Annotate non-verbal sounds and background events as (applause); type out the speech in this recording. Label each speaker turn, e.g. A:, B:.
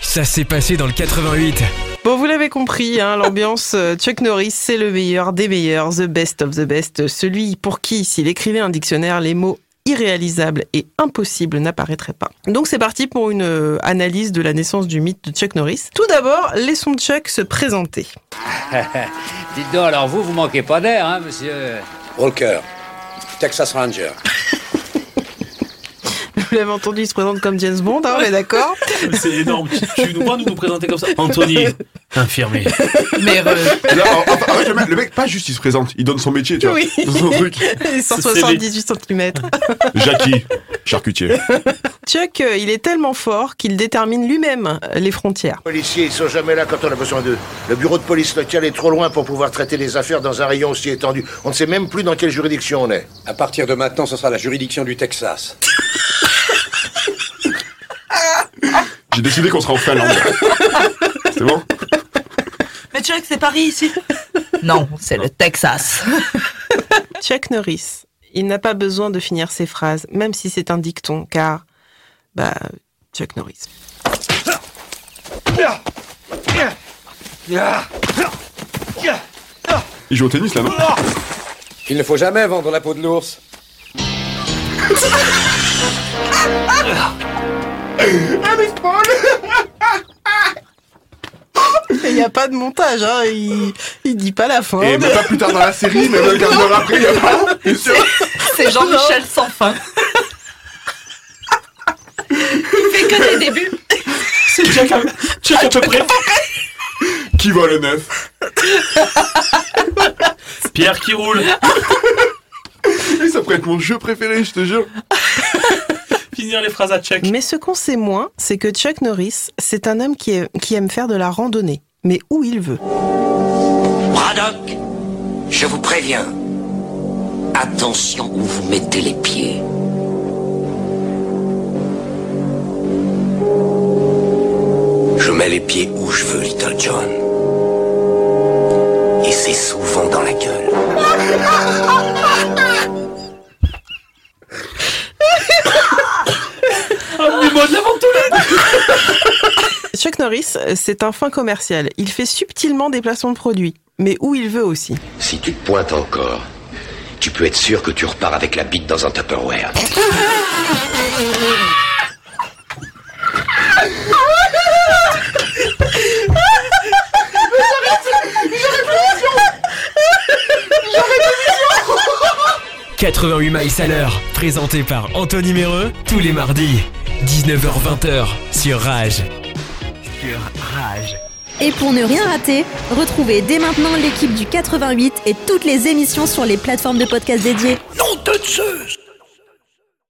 A: Ça s'est passé dans le 88.
B: Bon, vous l'avez compris, hein, l'ambiance euh, Chuck Norris, c'est le meilleur des meilleurs, the best of the best, celui pour qui, s'il écrivait un dictionnaire, les mots irréalisables et impossibles n'apparaîtraient pas. Donc c'est parti pour une euh, analyse de la naissance du mythe de Chuck Norris. Tout d'abord, laissons Chuck se présenter. (laughs)
C: Dites donc, alors vous, vous manquez pas d'air, hein, monsieur
D: Walker, Texas Ranger.
B: Vous l'avez entendu, il se présente comme James Bond, hein, on est d'accord
E: C'est énorme. Oh, Tu, tu nous vois nous nous présenter comme ça.
A: (laughs)
E: Anthony, infirmier.
B: Mais euh,
F: Là, en- en- en vrai, le mec- le mec, pas juste il se présente, il donne son métier, tu vois.
B: Oui.
F: Dans
B: (laughs)
F: son truc.
B: 178 cm.
F: Jackie, charcutier.
B: Chuck, euh, il est tellement fort qu'il détermine lui-même euh, les frontières.
G: Les policiers, ils sont jamais là quand on a besoin d'eux. Le bureau de police local est trop loin pour pouvoir traiter les affaires dans un rayon aussi étendu. On ne sait même plus dans quelle juridiction on est.
D: À partir de maintenant, ce sera la juridiction du Texas.
F: J'ai décidé qu'on sera en Finlande. C'est bon
H: Mais tu vois que c'est Paris ici Non, c'est le Texas.
B: Chuck Norris, il n'a pas besoin de finir ses phrases, même si c'est un dicton, car, bah, Chuck Norris.
F: Il joue au tennis là, non
D: Il ne faut jamais vendre la peau de l'ours.
B: (laughs) Il n'y a pas de montage, hein, il, il dit pas la fin.
F: Et bah, même pas plus tard dans la série, même un quart d'heure après, il y a pas. Bien sûr.
H: (laughs) C'est Jean-Michel sans fin. (laughs) Il fait que des débuts.
E: C'est Jack, à- Jack à peu près.
F: Qui voit le neuf
E: Pierre qui roule.
F: Et ça pourrait être mon jeu préféré, je te jure.
E: Finir les phrases à Jack.
B: Mais ce qu'on sait moins, c'est que Chuck Norris, c'est un homme qui, aime- qui aime faire de la randonnée, mais où il veut.
I: Braddock, je vous préviens. Attention où vous mettez les pieds. Je mets les pieds où je veux, Little John. Et c'est souvent dans la gueule.
E: Amenez-moi de la ventoline.
B: Chuck Norris, c'est un fin commercial. Il fait subtilement des placements de produits, mais où il veut aussi.
I: Si tu te pointes encore, tu peux être sûr que tu repars avec la bite dans un Tupperware.
A: « 88 miles à l'heure, présenté par Anthony Méreux, tous les mardis, 19h-20h, sur Rage. Sur Rage.
J: Et pour ne rien rater, retrouvez dès maintenant l'équipe du 88 et toutes les émissions sur les plateformes de podcast dédiées.
I: Nom de Zeus